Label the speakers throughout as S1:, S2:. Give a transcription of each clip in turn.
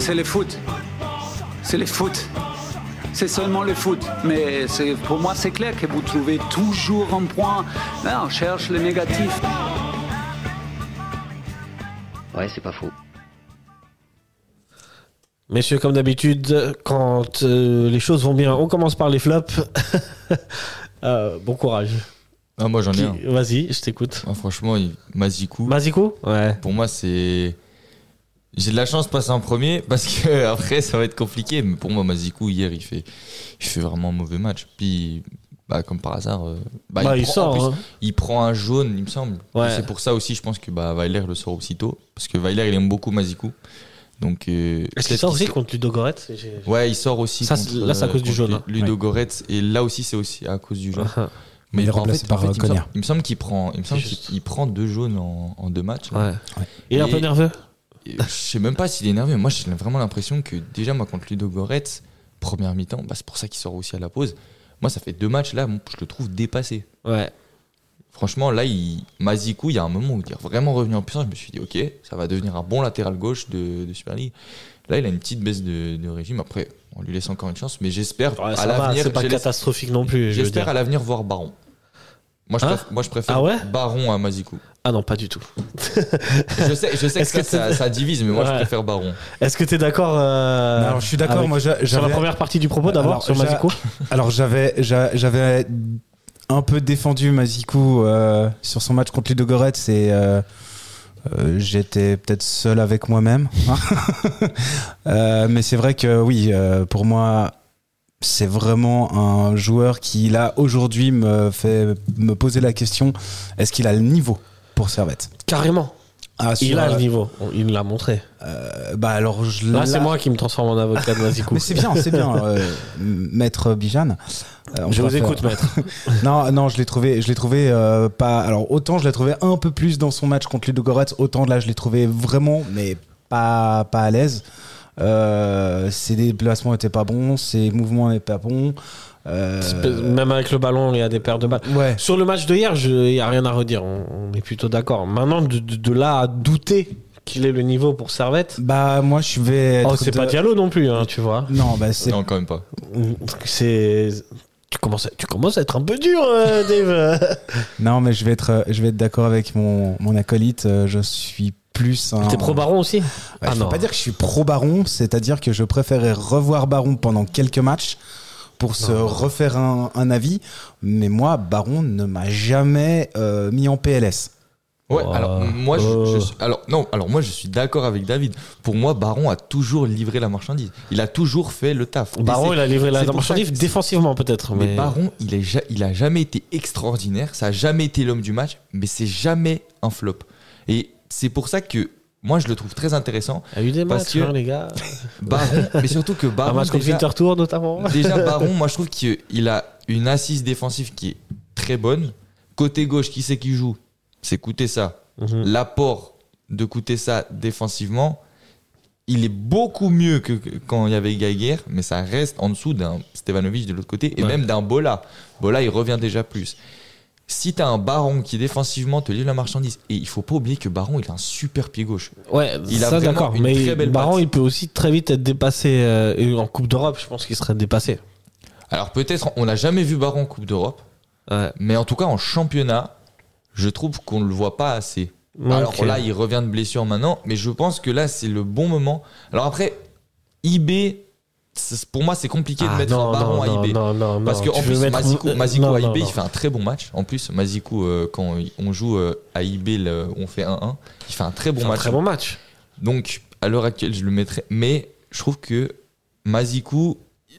S1: C'est le foot. C'est le foot. C'est seulement le foot. Mais c'est- pour moi, c'est clair que vous trouvez toujours un point. Là, on cherche le négatif.
S2: Ouais, c'est pas faux.
S3: Messieurs, comme d'habitude, quand euh, les choses vont bien, on commence par les flops. Euh, bon courage.
S4: Ah, moi j'en ai
S3: Qui-
S4: un.
S3: Vas-y, je t'écoute.
S4: Ah, franchement, il- Mazikou.
S3: Mazikou Ouais.
S4: Pour moi, c'est. J'ai de la chance de passer en premier parce que après, ça va être compliqué. Mais pour moi, Mazikou, hier, il fait, il fait vraiment un mauvais match. Puis, bah, comme par hasard, euh, bah,
S3: Bah, il,
S4: prend- en
S3: sort.
S4: plus,
S3: hein.
S4: il prend un jaune, il me semble.
S3: Ouais.
S4: Et C'est pour ça aussi, je pense que bah, Weiler le sort aussitôt. Parce que Weiler, il aime beaucoup Mazikou. Donc,
S3: Est-ce
S4: euh,
S3: qu'il
S4: peut-être
S3: sort
S4: qu'il
S3: aussi
S4: sort-
S3: contre Ludo Goretz J'ai-
S4: Ouais, il sort aussi.
S3: Ça,
S4: contre,
S3: c'est- là, c'est à
S4: euh,
S3: cause du
S4: contre
S3: jaune, hein.
S4: Ludo Goretz. Et là aussi, c'est aussi à cause du jaune.
S5: Il est
S4: en fait-
S5: remplacé par,
S4: en fait, il
S5: euh,
S4: me semble-
S5: Cognac.
S4: Il me semble qu'il prend, il me semble
S3: C'est juste.
S4: qu'il- il prend deux jaunes en, en deux matchs.
S3: Ouais. Il est un
S4: Et-
S3: peu nerveux
S4: Et je sais même pas s'il est nerveux. Moi, j'ai vraiment l'impression que déjà, moi, contre Ludo Goretz, première mi-temps, bah, c'est pour ça qu'il sort aussi à la pause. Moi, ça fait deux matchs là, bon, je le trouve dépassé.
S3: Ouais.
S4: Franchement, là, il... Mazikou, il y a un moment où il est vraiment revenu en puissance. Je me suis dit, ok, ça va devenir un bon latéral gauche de, de Super League. Là, il a une petite baisse de, de régime. Après, on lui laisse encore une chance, mais j'espère
S3: Ouais,
S4: à
S3: ça va,
S4: l'avenir.
S3: c'est pas
S4: j'ai laissé-
S3: catastrophique non plus. je veux
S4: J'espère
S3: dire.
S4: à l'avenir voir Baron. Moi, je,
S3: Hein
S4: préfère, moi, je préfère
S3: Ah ouais
S4: Baron à Mazikou.
S3: Ah non, pas du tout.
S4: Je sais, je sais que,
S3: Est-ce
S4: ça,
S3: que
S4: ça,
S3: t'es-
S4: ça divise, mais moi,
S3: Ouais.
S4: je préfère Baron.
S3: Est-ce que t'es d'accord euh,
S5: Non, Bah, alors, je suis d'accord,
S3: avec-
S5: moi, j'a-
S3: Sur la
S5: j'avais-
S3: première partie du propos d'abord,
S5: Alors,
S3: sur
S5: j'a-
S3: Mazikou
S5: Alors j'avais j'a- j'avais un peu défendu Mazikou euh, sur son match contre Ludogorets et euh, euh, j'étais peut-être seul avec moi-même. Euh, mais c'est vrai que oui, euh, pour moi, c'est vraiment un joueur qui là aujourd'hui me fait me poser la question est-ce qu'il a le niveau pour Servette
S3: Carrément.
S5: Ah,
S3: Il
S5: sur,
S3: a
S5: euh,
S3: le niveau. On- Il l'a montré.
S5: euh, bah alors je
S3: Là, c'est
S5: l'a-
S3: moi qui me transforme en avocat de Mazikou.
S5: Mais c'est bien, c'est bien, euh, maître Bijan. Euh, on
S3: Je
S5: pourra
S3: vous
S5: faire-
S3: écoute, maître.
S5: Non, non, je l'ai trouvé, je l'ai trouvé euh, pas. Alors autant je l'ai trouvé un peu plus dans son match contre Ludogorets, autant là je l'ai trouvé vraiment, mais pas pas à l'aise. Euh, ses déplacements étaient pas bons, ses mouvements n'étaient pas bons. Euh,
S3: Même avec le ballon, il y a des paires de balles.
S5: ouais.
S3: Sur le match de hier, je- il n'y a rien à redire. On, on est plutôt d'accord. Maintenant, de, de- de là à douter qu'il ait le niveau pour Servette,
S5: Bah moi je vais. être
S3: oh, c'est
S5: de-
S3: pas Diallo non plus, hein, tu vois.
S5: Non, bah c'est.
S4: Non, quand même pas.
S3: C'est. Tu commences, à, tu commences à être un peu dur, euh, Dave.
S5: Non, mais je vais être, euh, je vais être d'accord avec mon mon acolyte. euh, Je suis plus un.
S3: T'es pro-baron aussi
S5: Ouais,
S3: Ah
S5: je
S3: non.
S5: peux pas dire que je suis pro Baron, c'est-à-dire que je préférais revoir Baron pendant quelques matchs pour se refaire un, un avis, mais moi Baron ne m'a jamais euh, mis en PLS.
S4: Ouais,
S3: Oh.
S4: alors moi, je, je
S3: Oh.
S4: suis- alors non, alors moi je suis d'accord avec David. Pour moi, Baron a toujours livré la marchandise. Il a toujours fait le taf. Et
S3: Baron,
S4: c'est-
S3: il a livré la
S4: c'est pour
S3: marchandise
S4: ça que-
S3: défensivement, peut-être.
S4: mais
S3: Mais,
S4: Baron, il est, ja- il a jamais été extraordinaire. Ça a jamais été l'homme du match, mais c'est jamais un flop. Et c'est pour ça que moi je le trouve très intéressant.
S3: il y a eu des
S4: Parce
S3: matchs,
S4: que-
S3: hein, les gars.
S4: Baron, mais surtout que
S3: un
S4: Baron
S3: match contre
S4: déjà-
S3: Winterthur, notamment.
S4: Déjà, Baron, moi, je trouve qu'il a une assise défensive qui est très bonne. Côté gauche, qui c'est qui joue C'est Koutessa.
S3: Mhm.
S4: L'apport de Koutessa défensivement, il est beaucoup mieux que que quand il y avait Geiger, mais ça reste en dessous d'un Stevanovic de l'autre côté et
S3: Ouais.
S4: même d'un Bola. Bola, il revient déjà plus. Si t'as un Baron qui défensivement te livre la marchandise, et il faut pas oublier que Baron, il a un super pied gauche.
S3: Ouais,
S4: Il a
S3: ça
S4: vraiment
S3: d'accord.
S4: une
S3: Mais
S4: très belle
S3: Baron,
S4: patte.
S3: il peut aussi très vite être dépassé. euh, et en Coupe d'Europe, je pense qu'il serait dépassé.
S4: Alors peut-être, on n'a jamais vu Baron en Coupe d'Europe,
S3: Ouais.
S4: mais en tout cas en championnat, je trouve qu'on ne le voit pas assez. Alors
S3: Ok.
S4: là, il revient de blessure maintenant, mais je pense que là, c'est le bon moment. Alors après, IB, c'est- pour moi, c'est compliqué
S3: Ah,
S4: de mettre
S3: non,
S4: un baron
S3: non,
S4: à
S3: non,
S4: IB.
S3: non, non,
S4: Parce
S3: non,
S4: que
S3: tu
S4: en
S3: veux
S4: plus,
S3: mettre-
S4: Mazikou,
S3: euh,
S4: Mazikou
S3: non,
S4: à IB,
S3: non,
S4: il
S3: non.
S4: fait un très bon match. En plus, Mazikou, euh, quand on joue euh, à IB, le- on fait 1-1, il fait un très bon
S3: C'est un
S4: match.
S3: très bon match.
S4: Donc, à l'heure actuelle, je le mettrais. Mais je trouve que Mazikou,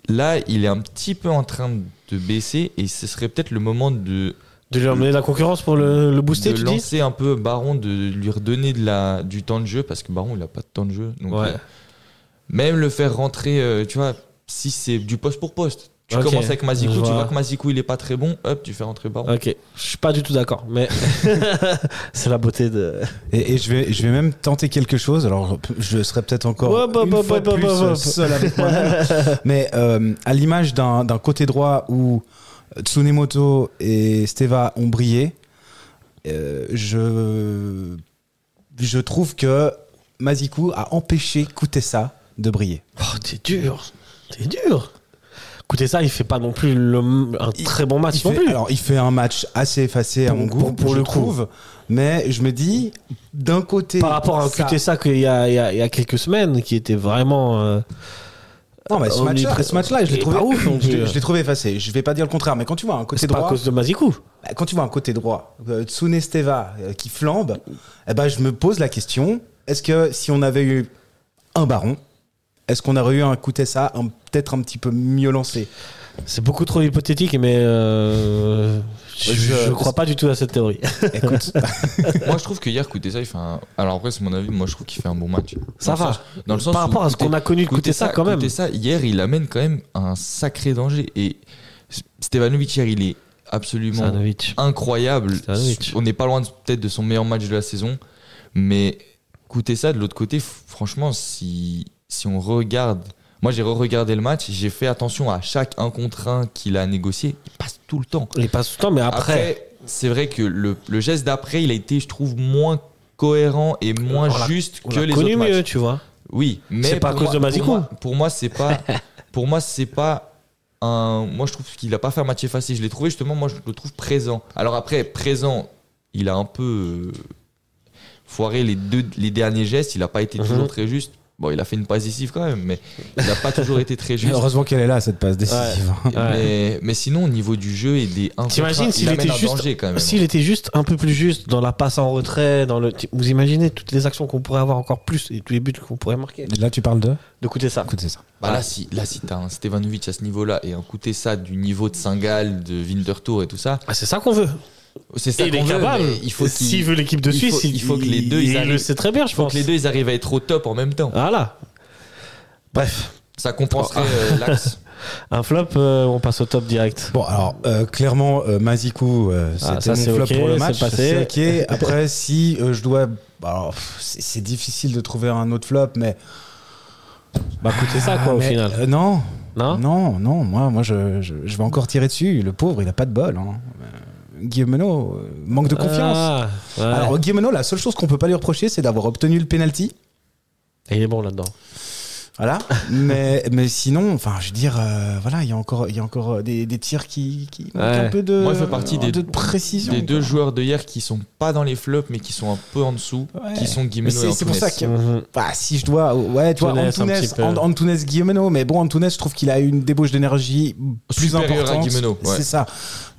S4: là, il est un petit peu en train de baisser et ce serait peut-être le moment de
S3: De lui emmener la concurrence pour le, le booster,
S4: de
S3: tu dis
S4: lancer un peu Baron, de lui redonner de la, du temps de jeu, parce que Baron, il a pas de temps de jeu. Donc,
S3: Ouais.
S4: euh, même le faire rentrer, euh, tu vois, si c'est du poste pour poste. Tu
S3: Ok,
S4: commences avec Mazikou,
S3: je
S4: tu
S3: vois.
S4: vois que Mazikou, il est pas très bon, hop, tu fais rentrer Baron.
S3: Ok, je suis pas du tout d'accord, mais c'est la beauté de.
S5: Et, et je vais, je vais même tenter quelque chose. Alors je serai peut-être encore
S3: Hop, hop,
S5: une
S3: hop,
S5: fois
S3: hop,
S5: de
S3: hop,
S5: plus
S3: hop, hop.
S5: seul avec moi-même. mais euh, à l'image d'un d'un côté droit où Tsunemoto et Steva ont brillé, euh, je je trouve que Mazikou a empêché Koutessa de briller.
S3: Oh, t'es dur. T'es dur. Écoutez ça, il fait pas non plus le- un
S5: Il-
S3: très bon match
S5: il
S3: non
S5: fait,
S3: plus.
S5: Alors, il fait un match assez effacé à
S3: Pour-
S5: mon goût,
S3: pour- pour
S5: je
S3: le coup.
S5: trouve. Mais je me dis, d'un côté.
S3: Par rapport à un
S5: ça-
S3: QTSA qu'il y a, il y a- il y a quelques semaines, qui était vraiment. euh,
S5: Non, mais ce
S3: on
S5: match-là,
S3: est-
S5: ce match-là, je l'ai
S3: il est
S5: trouvé
S3: pas ouf non
S5: je l'ai-
S3: plus.
S5: je l'ai trouvé effacé. Je vais pas dire le contraire, mais quand tu vois un côté
S3: c'est pas à
S5: droit,
S3: cause de Mazikou.
S5: bah, quand tu vois un côté droit, euh, Tsune Steva euh, qui flambe, eh ben, je me pose la question est-ce que si on avait eu un baron, est-ce qu'on aurait eu un coup Tessa un- peut-être un petit peu mieux lancé
S3: C'est beaucoup trop hypothétique, mais euh, je,
S5: Je-
S3: je crois pas du tout à cette théorie.
S5: Écoute,
S4: moi, je trouve que hier, Koutessa, il fait un. Alors après, c'est mon avis, moi, je trouve qu'il fait un bon match.
S3: Ça
S4: Dans le
S3: va.
S4: sens- dans le sens
S3: Par
S4: où
S3: rapport à ce
S4: Koute-
S3: qu'on a connu de
S4: Koutessa,
S3: Koutessa, quand même.
S4: Koutessa, hier, il amène quand même un sacré danger. Et Stevanovic, hier, il est absolument
S3: Stevanovic.
S4: incroyable.
S3: Stevanovic.
S4: On n'est pas loin de- peut-être de son meilleur match de la saison. Mais Koutessa, de l'autre côté, f- franchement, si, si on regarde. Moi, j'ai re-regardé le match, j'ai fait attention à chaque 1 contre 1 qu'il a négocié. Il passe tout le temps.
S3: Il passe tout le temps, mais
S4: Après,
S3: après,
S4: c'est vrai que le, le geste d'après, il a été, je trouve, moins cohérent et moins
S3: On l'a-
S4: juste
S3: on
S4: que
S3: l'a
S4: les
S3: connu
S4: autres
S3: mieux,
S4: matchs.
S3: tu vois.
S4: Oui, mais
S3: C'est pas à
S4: pour
S3: cause
S4: moi-
S3: de Mazikou.
S4: Pour moi, pour moi, c'est pas. pour moi, c'est pas. Un, moi, je trouve qu'il a pas fait un match effacé. Je l'ai trouvé justement. Moi, je le trouve présent. Alors après, présent, il a un peu euh, foiré les deux les derniers gestes. Il a pas été
S3: Mhm.
S4: toujours très juste. Bon, il a fait une passe décisive quand même, mais il a pas toujours été très juste.
S5: heureusement qu'elle est là, cette passe décisive.
S4: Mais, mais sinon, au niveau du jeu et des un contre un,
S3: T'imagines s'il
S4: il amène
S3: était
S4: un
S3: juste,
S4: danger quand même.
S3: s'il était juste un peu plus juste dans la passe en retrait, dans le, vous imaginez toutes les actions qu'on pourrait avoir encore plus et tous les buts qu'on pourrait marquer.
S5: Là, tu parles de
S3: De coûter ça.
S5: Coup Tessa.
S4: Bah là, si, là, si t'as un Stevanovic à ce niveau-là et un Koutessa du niveau de Singal, de Winterthur et tout ça,
S3: Ah, c'est ça qu'on veut.
S4: c'est ça
S3: Et il est
S4: qu'on veut.
S3: capable.
S4: mais Il faut qu'il-
S3: S'il veut l'équipe de
S4: il
S3: Suisse,
S4: faut- il faut que les deux, ils
S3: il le
S4: arrivent.
S3: sait très bien, je
S4: faut
S3: pense.
S4: que les deux ils arrivent à être au top en même temps.
S5: Ah.
S3: Voilà. Bref,
S4: Ça compenserait euh, l'axe.
S3: un flop, euh, on passe au top direct.
S5: Bon, alors, euh, clairement, euh, Mazikou, euh,
S3: Ah,
S5: c'était
S3: ça, c'est
S5: mon flop
S3: ok,
S5: pour le
S3: c'est
S5: match.
S3: passé.
S5: C'est ok. Après, si euh, je dois. alors, pff, c'est c'est difficile de trouver un autre flop, mais.
S3: Bah, coûter ça, quoi,
S5: Ah,
S3: au
S5: mais,
S3: final.
S5: euh, non,
S3: non
S5: non, non, moi, moi je, je, je vais encore tirer dessus. Le pauvre, il a pas de bol. Hein. Euh, Guillaume Menot, euh, manque de confiance.
S3: Ah, ouais.
S5: Alors, Guillaume Menot, la seule chose qu'on peut pas lui reprocher, c'est d'avoir obtenu le penalty.
S3: Et il est bon là-dedans.
S5: Voilà. mais, mais sinon, enfin, je veux dire, euh, voilà, il y a encore, il y a encore euh, des, des tirs qui, qui manquent
S3: Ouais.
S5: un peu de,
S4: Moi, je fais partie des-
S5: de précision.
S4: Des
S5: quoi.
S4: deux joueurs de hier qui sont pas dans les flops mais qui sont un peu en dessous,
S5: Ouais.
S4: qui sont
S5: Mais
S4: Guimeno et
S5: c'est c'est pour ça
S4: Antunes.
S5: que.
S3: Mhm.
S5: Bah, si je dois. Ouais, tu vois,
S3: Antunes, un
S5: Antunes,
S3: petit peu.
S5: An- Antunes Guillemeno. Mais bon, Antunes, je trouve qu'il a une débauche d'énergie plus
S4: Supérieure à
S5: importante.
S4: Guillemeno, ouais.
S5: C'est ça.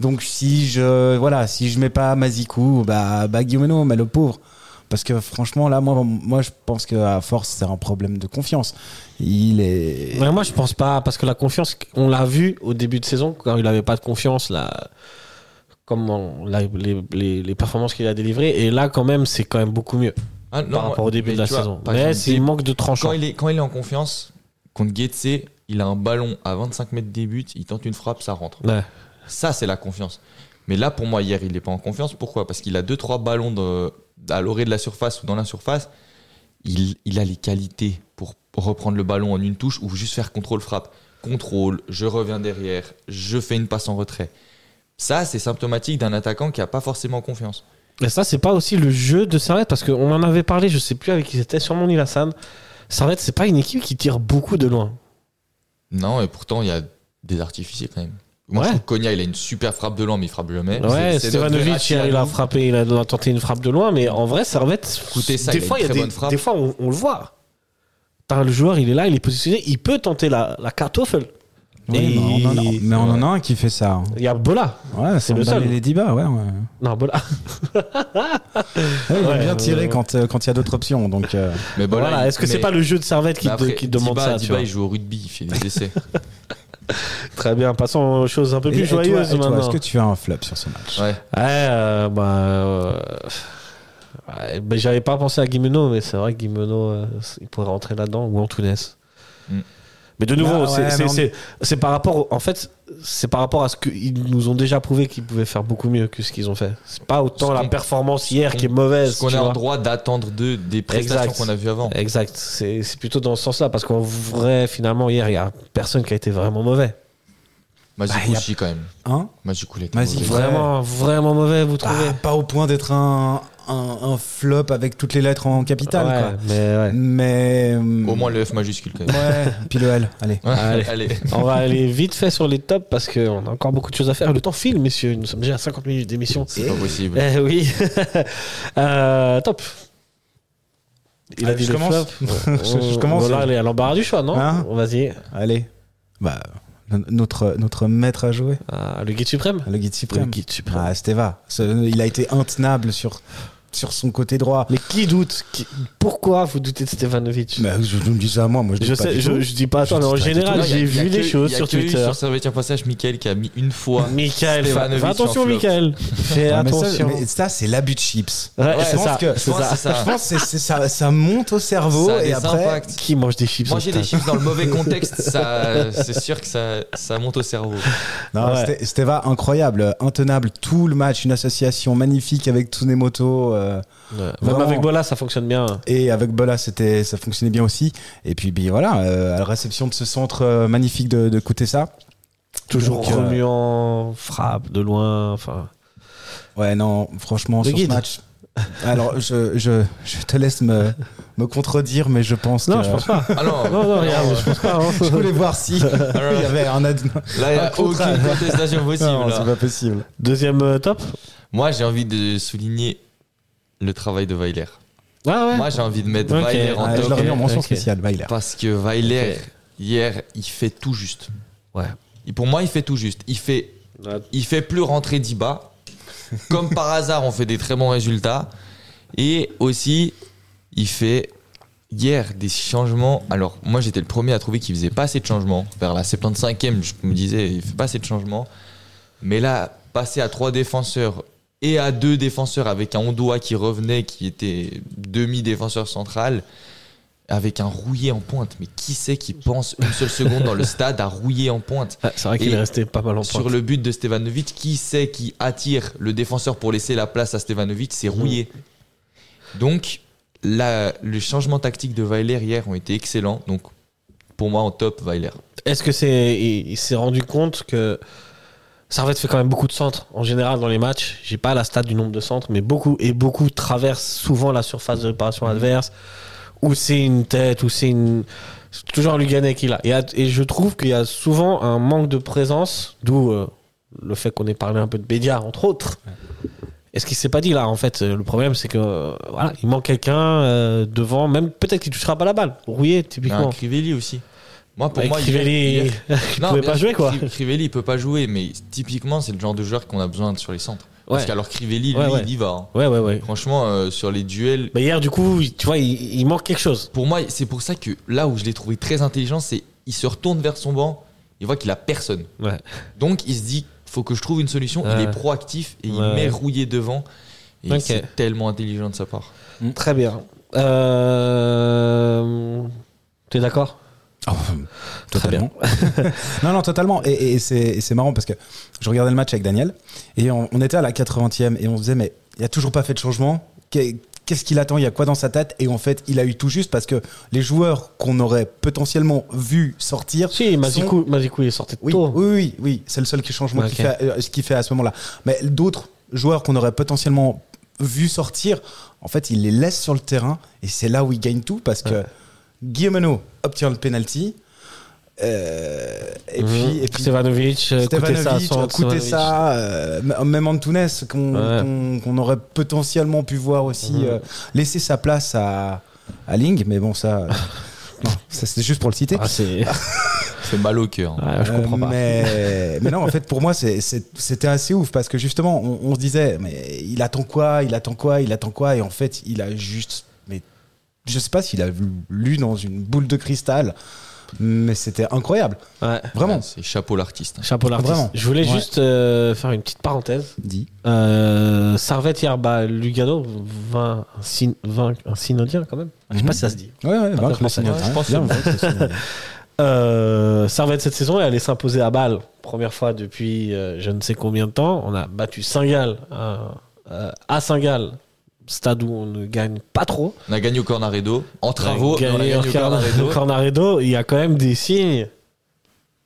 S5: Donc, si je. Voilà, si je mets pas Mazikou, bah, bah Guillemeno, mais le pauvre. Parce que franchement, là, moi, moi je pense qu'à force, c'est un problème de confiance. Il est.
S3: Ouais, moi, je pense pas, parce que la confiance, on l'a vu au début de saison, quand il avait pas de confiance, là, comment, là, les, les- les performances qu'il a délivrées, et là, quand même, c'est quand même beaucoup mieux
S4: Ah, non,
S3: par
S4: moi-
S3: rapport au début
S4: mais
S3: de la
S4: tu vois,
S3: saison.
S4: par
S3: mais
S4: exemple,
S3: c'est- hein. il manque de tranchant.
S4: quand il est quand il est en confiance contre Guetze, il a un ballon à 25 mètres des buts, il tente une frappe, ça rentre.
S3: Ouais.
S4: Ça, c'est la confiance. Mais là, pour moi, hier, il n'est pas en confiance. Pourquoi Parce qu'il a 2-3 ballons de- à l'orée de la surface ou dans la surface. Il, il a les qualités pour reprendre le ballon en une touche ou juste faire contrôle-frappe. Contrôle, je reviens derrière, je fais une passe en retrait. Ça, c'est symptomatique d'un attaquant qui n'a pas forcément confiance.
S3: Et ça, c'est pas aussi le jeu de Servette, parce qu'on en avait parlé, je sais plus avec qui c'était, sûrement Nilassan. Servette, c'est pas une équipe qui tire beaucoup de loin.
S4: Non, et pourtant, il y a des artificiers quand même. Moi,
S3: Ouais.
S4: je trouve que Konya, il a une super frappe de l'homme, il frappe jamais.
S3: Ouais,
S4: C'est- c'est notre
S3: Stevanovic,
S4: Verratti à
S3: hier, il
S4: nous.
S3: a frappé, il a, il a tenté une frappe de loin, mais en vrai, Servette,
S4: Écoutez ça,
S3: des,
S4: il a
S3: fois,
S4: une
S3: il y a
S4: très
S3: des-
S4: bonne frappe.
S3: des fois, on, on le voit. T'as le joueur, il est là, il est positionné, il peut tenter la, la kartoffel.
S5: Oui,
S3: Et-
S5: mais on en a, mais on en a un qui fait ça. hein.
S3: Il y a Bola.
S5: Ouais, c'est
S3: le
S5: le
S3: seul.
S5: Les Diba, ouais. ouais.
S3: Non, Bola.
S5: Ouais, il aime
S3: Ouais,
S5: bien
S3: ouais,
S5: tirer
S3: ouais.
S5: quand euh, quand il y a d'autres options. Donc, euh,
S4: Mais bon, là,
S3: voilà,
S4: il-
S3: est-ce que c'est
S4: mais-
S3: pas le jeu de Servette qui,
S4: mais après,
S3: te- qui demande
S4: Diba-
S3: ça tu
S4: Diba,
S3: vois
S4: il joue au rugby, il fait des essais.
S3: Très bien, passons aux choses un peu
S5: et-
S3: plus
S5: et toi-
S3: joyeuses
S5: et toi,
S3: maintenant.
S5: Est-ce que tu as un flop sur ce match
S4: Ouais.
S3: Ouais, euh, bah, euh, ouais, ben, j'avais pas pensé à Guimeno, mais c'est vrai que Guimeno, euh, il pourrait rentrer là-dedans ou Antunes.
S4: Mm.
S3: Mais de nouveau,
S5: Bah,
S3: c'est-
S5: ouais,
S3: c'est
S5: mais on-
S3: c'est- c'est par rapport, au- en fait, c'est par rapport à ce qu'ils nous ont déjà prouvé qu'ils pouvaient faire beaucoup mieux que ce qu'ils ont fait. C'est pas autant
S4: Ce
S3: la
S4: qu'on-
S3: performance hier
S4: qu'on-
S3: qui est mauvaise.
S4: Parce qu'on
S3: tu
S4: a
S3: vois.
S4: le droit d'attendre d'eux des prestations
S3: Exact. Eh,
S4: qu'on a vues avant.
S3: Exact. C'est c'est plutôt dans ce sens-là, parce qu'en vrai, finalement, hier, il y a personne qui a été vraiment mauvais.
S4: Magic
S5: Bah, y a-
S4: aussi, quand même.
S5: Hein
S4: Magic Cool était
S5: Magic,
S4: mauvais.
S5: Ouais.
S3: Vraiment, vraiment mauvais, vous trouvez
S5: Ah, Pas au Ah, point d'être un, un, un flop avec toutes les lettres en capitale.
S3: Ouais,
S5: quoi.
S3: mais ouais.
S5: Mais. euh,
S4: Au moins le F majuscule quand même.
S5: Ouais, puis le L, allez.
S4: Ouais,
S3: Allez.
S4: Allez.
S3: On va aller vite fait sur les tops parce qu'on a encore beaucoup de choses à faire. Le temps file, messieurs. Nous sommes déjà à 50 minutes d'émission.
S4: C'est pas possible.
S3: Eh oui. Euh, top. Il a
S5: Ah,
S3: dit
S5: je
S3: le
S5: commence
S3: flop.
S5: Je- je commence.
S3: Voilà, elle est à l'embarras du choix, non
S5: Hein
S3: Vas-y.
S5: Allez. Bah, n- notre, notre maître à jouer,
S3: Ah, le guide suprême
S5: le guide suprême.
S3: Le guide suprême.
S5: Ah, Steva. Ce- il a été intenable sur, sur son côté droit.
S3: Mais qui doute Qui- Pourquoi vous doutez de Stefanovic
S5: Mais je vous me dis ça à moi, moi je,
S3: Je
S5: dis pas
S3: sais,
S5: du
S3: je,
S5: tout.
S3: je dis pas à toi,
S5: Je
S3: mais en
S5: dis pas du
S3: général,
S4: Non, il y a-
S3: j'ai
S4: il y a
S3: vu
S4: que-
S3: des
S4: il
S3: choses
S4: y a
S3: sur
S4: que eu
S3: Twitter.
S4: Sur Servetien Passage, Michael qui a mis une fois.
S3: Michael, fais
S4: Stefanovic
S3: fais
S4: en
S3: attention,
S4: flop.
S3: Michael. Fais
S5: Ah, mais ça,
S3: attention.
S5: mais ça, c'est l'abus de chips.
S3: Ouais,
S4: Ouais,
S3: c'est
S5: je pense
S3: ça.
S5: que-
S4: Je pense que c'est ça.
S5: Je pense que c'est- c'est- ça, ça monte au cerveau
S4: Ça a
S5: et
S4: des
S5: après.
S4: impacts.
S3: Qui mange des chips au
S4: Manger
S3: stade
S4: des chiffres dans le mauvais contexte, ça, c'est sûr que ça, ça monte au cerveau.
S5: Non,
S3: Ouais.
S5: Ste- Steva, incroyable, euh, intenable, tout le match, une association magnifique avec Tsunemoto euh,
S3: Ouais. Même
S5: Vraiment.
S3: avec Bola, ça fonctionne bien.
S5: et avec Bola, c'était, ça fonctionnait bien aussi. Et puis ben, voilà, euh, à la réception de ce centre euh, magnifique de, de Kutesa.
S3: Toujours
S5: Donc, euh,
S3: remuant, frappe de loin. Enfin,
S5: Ouais, non, franchement,
S3: Le
S5: sur ce
S3: guide.
S5: match. Alors, je, je, je te laisse me, me contredire, mais je pense
S3: non,
S5: que.
S3: je pense pas.
S4: Ah non,
S3: Non, non, regarde, je pense pas. hein.
S5: Je voulais voir si il y avait un. ad-
S4: là, il n'y a
S5: Au contraire.
S4: aucune contestation possible.
S5: Non,
S4: là.
S5: c'est pas possible.
S3: Deuxième euh, top.
S4: Moi, j'ai envie de souligner le travail de Weiler.
S3: Ah ouais.
S4: Moi, j'ai envie de mettre
S3: Ok.
S4: Weiler en
S5: Ouais, Ah, je
S4: top.
S5: l'aurais mis en mention
S3: ok.
S5: spéciale, Weiler.
S4: Parce que Weiler,
S3: Ok.
S4: hier, il fait tout juste.
S3: Ouais.
S4: Et pour moi, il fait tout juste. Il fait, il fait plus rentrer Diba. Comme par hasard, on fait des très bons résultats. Et aussi, il fait hier des changements. Alors, moi, j'étais le premier à trouver qu'il faisait pas assez de changements. Vers la 75e, je me disais, il fait pas assez de changements. Mais là, passer à trois défenseurs et à deux défenseurs avec un Ondoa qui revenait, qui était demi-défenseur central, avec un rouillé en pointe. Mais qui c'est qui pense une seule seconde dans le stade à rouiller en pointe
S3: Ah, c'est vrai qu'il
S4: Et
S3: est resté pas mal en
S4: Sur
S3: pointe.
S4: le but de Stevanovic, qui c'est qui attire le défenseur pour laisser la place à Stevanovic C'est
S3: Mhm.
S4: rouillé. Donc, la, les changements tactiques de Weiler hier ont été excellents. Donc, pour moi, en top, Weiler.
S3: Est-ce que c'est il, il s'est rendu compte que Servette fait quand même beaucoup de centres en général dans les matchs. J'ai pas la stat du nombre de centres, mais beaucoup et beaucoup traversent souvent la surface de
S4: Mmh.
S3: réparation adverse ou c'est une tête ou c'est une c'est toujours Luganet qui l'a. Et, à- et je trouve qu'il y a souvent un manque de présence, d'où euh, le fait qu'on ait parlé un peu de Bédia entre autres. Est-ce qu'il s'est pas dit là en fait euh, Le problème c'est que euh, voilà, il manque quelqu'un euh, devant, même peut-être qu'il touchera pas la balle. Rouillé
S4: Un
S3: typiquement.
S4: Hein, Crivelli aussi. Moi, pour
S3: Avec
S4: moi, hier-
S3: Crivelli,
S4: hier-
S3: qui
S4: Non,
S3: pouvait
S4: mais
S3: pas jouer quoi.
S4: Cri- Crivelli, il peut pas jouer, mais typiquement, c'est le genre de joueur qu'on a besoin de sur les centres. Parce
S3: Ouais.
S4: qu'alors Crivelli, lui,
S3: Ouais, ouais.
S4: il y va. hein.
S3: Ouais, ouais, ouais.
S4: Franchement, euh, sur les duels,
S3: Mais hier, du coup, il- tu vois, il, il manque quelque chose.
S4: pour moi, c'est pour ça que là où je l'ai trouvé très intelligent, c'est il se retourne vers son banc, il voit qu'il a personne.
S3: Ouais.
S4: Donc, il se dit, faut que je trouve une solution. Il
S3: Ouais.
S4: est proactif et
S3: Ouais.
S4: il met rouillé devant. Et
S3: Ok.
S4: c'est tellement intelligent de sa part.
S3: Très bien. Euh... T'es d'accord
S5: Oh, totalement. non, non, totalement. Et, et- et c'est et c'est marrant parce que je regardais le match avec Daniel et on, on était à la 80e et on se disait, mais il a toujours pas fait de changement. Qu'est- Qu'est-ce qu'il attend Il y a quoi dans sa tête Et en fait, il a eu tout juste parce que les joueurs qu'on aurait potentiellement vu sortir.
S3: Si,
S5: sont-
S3: Mazikou, Mazikou, il est sorti de
S5: Oui,
S3: tôt.
S5: oui, oui, oui. c'est le seul qui changement qui
S3: Ok.
S5: fait, euh, ce qu'il fait à ce moment-là. Mais d'autres joueurs qu'on aurait potentiellement vu sortir, en fait, il les laisse sur le terrain et c'est là où il gagne tout parce que Guillaume Heno obtient le penalty. euh, et,
S3: Mhm.
S5: puis, et puis,
S3: Stevanovic, euh, coûtait ça.
S5: Stevanovic,
S3: sans-
S5: coûter
S3: Stevanovic.
S5: ça, euh, m- même Antunes, qu'on
S3: Ouais. Mhm.
S5: qu'on- qu'on aurait potentiellement pu voir aussi euh, laisser sa place à, à Ling, mais bon, ça, euh, non, ça c'était juste pour le citer.
S3: Ah, c'est...
S4: C'est mal au cœur. hein.
S3: Ah, je comprends pas.
S5: Euh, Mais, mais non, en fait, pour moi, c'est- c'est- c'était assez ouf parce que justement, on, on se disait, mais il attend quoi Il attend quoi Il attend quoi Et en fait, il a juste. Mais je sais pas s'il a lu dans une boule de cristal, mais c'était incroyable.
S3: Ouais.
S5: Vraiment.
S4: Ouais, Ah, c'est chapeau l'artiste. hein.
S3: Chapeau l'artiste.
S5: Vraiment.
S3: Je voulais
S5: Ouais.
S3: juste euh, faire une petite parenthèse.
S5: Dit.
S3: Euh, Servette hier, bah, Lugano, 20, un sin- 20, un synodien quand même. Je sais pas si ça se dit.
S5: Ouais, ouais,
S3: Après,
S5: vaincre
S3: je
S5: le
S3: pense-
S5: Seigneur.
S3: ouais,
S5: Hein,
S4: pense
S5: bien,
S4: que-
S5: vaincre le Seigneur.
S3: Euh, Servette cette saison est allée s'imposer à Bâle. Première fois depuis euh, je ne sais combien de temps. On a battu Saint-Gall euh, euh, à Saint-Gall, stade où on ne gagne pas trop.
S4: On a gagné au Cornaredo. En travaux,
S3: On a
S4: mais on a
S3: gagné
S4: gagné
S3: au
S4: au Cornaredo.
S3: Cornaredo. Il y a quand même des signes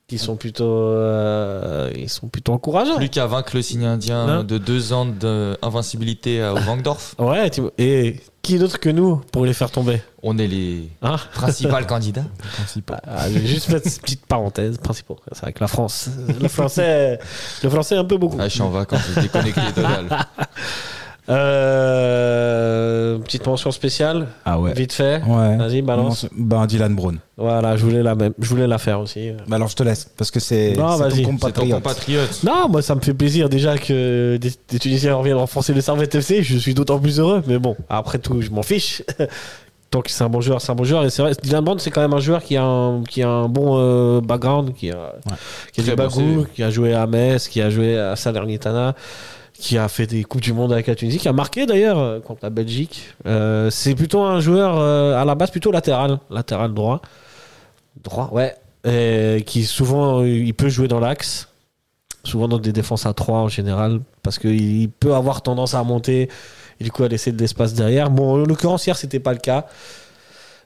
S3: qui sont plutôt, euh, ils sont plutôt encourageants.
S4: Plus qu'à vaincre le signe indien
S3: Non.
S4: de deux ans d'invincibilité au Wangdorf,
S3: Ouais, Tim- et qui d'autre que nous pour les faire tomber
S4: on est les
S3: hein
S4: principaux candidats.
S3: Ah, J'ai juste fait cette petite parenthèse principale. C'est vrai que la France, le français, le français un peu beaucoup.
S4: Ah, je suis en vacances, je suis déconnecté total.
S3: Euh, petite mention spéciale,
S5: Ah ouais.
S3: vite fait.
S5: Ouais.
S3: Vas-y, balance.
S5: Ben, Dylan Brown.
S3: Voilà, je voulais la même, je voulais la faire aussi.
S5: Bah alors je te laisse, parce que c'est
S3: Non,
S5: c'est
S3: vas-y.
S5: ton
S4: C'est ton
S5: compatriote.
S4: compatriote.
S3: Non, moi ça me fait plaisir déjà que des, des Tunisiens reviennent renforcer le Servette FC. Je suis d'autant plus heureux. Mais bon, après tout, je m'en fiche. Tant que c'est un bon joueur, c'est un bon joueur. Et c'est vrai, Dylan Brand, c'est quand même un joueur qui a un, qui a un bon euh, background, qui a, qui a du
S4: Très bon
S3: bagou,
S4: CV.
S3: qui a joué à Metz, qui a joué à Salernitana, qui a fait des Coupes du Monde avec la Tunisie, qui a marqué d'ailleurs euh, contre la Belgique. Euh, c'est plutôt un joueur euh, à la base plutôt latéral, latéral droit. Droit, ouais. Et qui souvent, euh, il peut jouer dans l'axe, souvent dans des défenses à 3 en général, parce qu'il il peut avoir tendance à monter et du coup à laisser de l'espace derrière. Bon, en l'occurrence, hier, c'était pas le cas.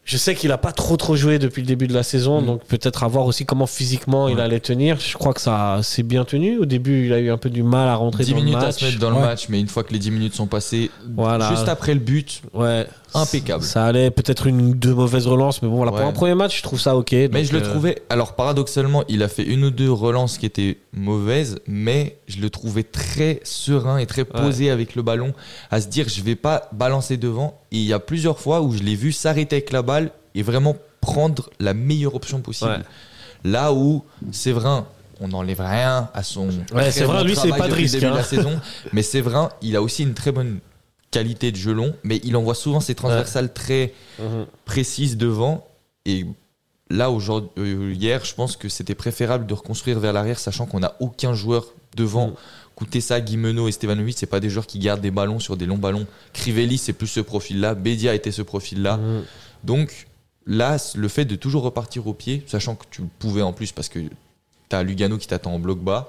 S3: Je sais qu'il a pas trop trop joué depuis le début de la saison,
S4: Mm.
S3: donc peut-être à voir aussi comment physiquement il allait tenir. Je crois que ça s'est bien tenu. Au début, il a eu un peu du mal à rentrer
S4: 10
S3: dans le
S4: minutes
S3: match.
S4: à se mettre dans le
S5: Ouais.
S4: match, mais une fois que les 10 minutes sont passées,
S3: Voilà.
S4: juste après le but,
S3: Ouais.
S4: Impeccable.
S3: Ça allait peut-être une ou deux mauvaises relances, mais bon, voilà,
S4: Ouais.
S3: pour un premier match, je trouve ça ok. donc,
S4: Mais je le
S3: euh,
S4: trouvais. Alors paradoxalement, il a fait une ou deux relances qui étaient mauvaises, mais je le trouvais très serein et très posé avec le ballon, à se dire je vais pas balancer devant. Et il y a plusieurs fois où je l'ai vu s'arrêter avec la balle et vraiment prendre la meilleure option possible.
S3: Ouais.
S4: Là où Séverin, on n'enlève rien à son. très
S3: Séverin,
S4: bon
S3: lui, c'est
S4: travail
S3: pas de
S4: depuis le
S3: risque,
S4: début de la
S3: hein.
S4: saison, mais Séverin, il a aussi une très bonne qualité de jeu long, mais il envoie souvent ses transversales très
S3: Mhm.
S4: précises devant et là aujourd'hui euh, hier je pense que c'était préférable de reconstruire vers l'arrière sachant qu'on n'a aucun joueur devant
S3: Mhm.
S4: Koutessa, Guimeno et Stevanovic c'est pas des joueurs qui gardent des ballons sur des longs ballons Crivelli c'est plus ce profil là Bedia était ce profil là
S3: Mhm.
S4: donc là c- le fait de toujours repartir au pied sachant que tu le pouvais en plus parce que t'as Lugano qui t'attend en bloc bas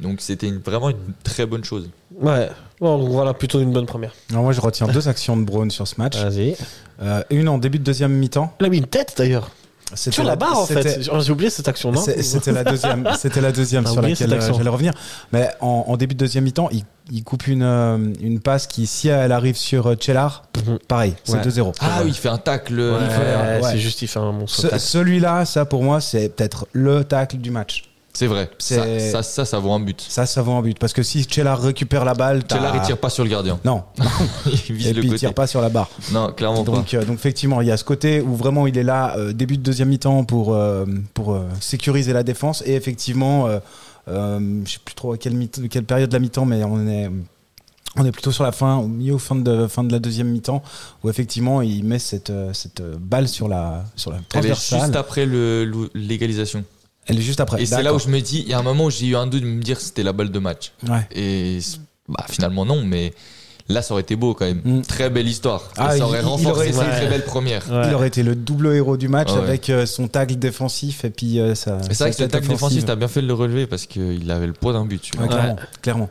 S4: donc c'était une- vraiment une très bonne chose
S3: Ouais. Bon, donc voilà, plutôt une bonne première.
S5: Alors moi je retiens deux actions de Brown sur ce match.
S3: Vas-y.
S5: Euh, une en début de deuxième mi-temps.
S3: Il a mis une tête d'ailleurs.
S5: C'était
S3: Sur la barre en
S5: c'était-
S3: fait. J'ai j'ai oublié cette action, non
S5: C'est- C'était la deuxième, c'était la deuxième
S3: T'as
S5: sur
S3: oublié
S5: laquelle
S3: cette
S5: euh,
S3: action.
S5: j'allais revenir. Mais en, en début de deuxième mi-temps, il, il coupe une, euh, une passe qui, si elle arrive sur euh, Chellar,
S3: Mhm.
S5: pareil, c'est
S3: Ouais.
S5: 2-0.
S4: ah oui il fait un tacle
S3: Ouais,
S4: il fait-
S5: ouais.
S3: C'est juste, il fait un monstre.
S5: Ce-
S3: tac.
S5: Celui-là, ça pour moi, c'est peut-être le tacle du match.
S4: c'est vrai ça,
S5: C'est-
S4: ça, ça ça vaut un but
S5: Ça, ça vaut un but. Parce que si Chellar récupère la balle, t'as-
S4: Tchellar il tire pas sur le gardien
S5: Non,
S4: il vise
S5: et
S4: le
S5: puis Bah. il
S4: côté
S5: tire pas sur la barre.
S4: non clairement pas
S5: Donc, euh, donc effectivement, il y a ce côté où vraiment il est là, euh, début de deuxième mi-temps pour, euh, pour euh, sécuriser la défense. Et effectivement, euh, euh, je sais plus trop à quelle, mi- quelle période de la mi-temps, mais on est, on est plutôt sur la fin, au milieu, au fin de, fin de la deuxième mi-temps, où effectivement il met cette, euh, cette euh, balle sur la, sur la
S4: Elle est
S5: transversale.
S4: juste après le- le- l'égalisation.
S5: Elle est juste après.
S4: Et c'est là où
S5: Bah, D'accord.
S4: je me dis, il y a un moment où j'ai eu un doute de me dire c'était la balle de match.
S5: Ouais.
S4: Et c- bah, finalement non, mais là ça aurait été beau quand même.
S5: Mm.
S4: Très belle histoire.
S5: Ah,
S4: Et
S5: il-
S4: ça aurait
S5: il
S4: renforcé
S5: aurait-
S4: cette
S3: ouais.
S4: très belle première.
S3: Ouais.
S5: Il aurait été le double héros du match
S4: Ouais, ouais.
S5: avec euh, son tacle défensif et puis euh, sa.
S4: Et C'est
S5: sa
S4: vrai que ce
S5: tête
S4: tacle
S5: offensive.
S4: défensif, t'as bien fait de le relever parce qu'il avait le poids d'un but. celui-là.
S5: Ouais, clairement, clairement.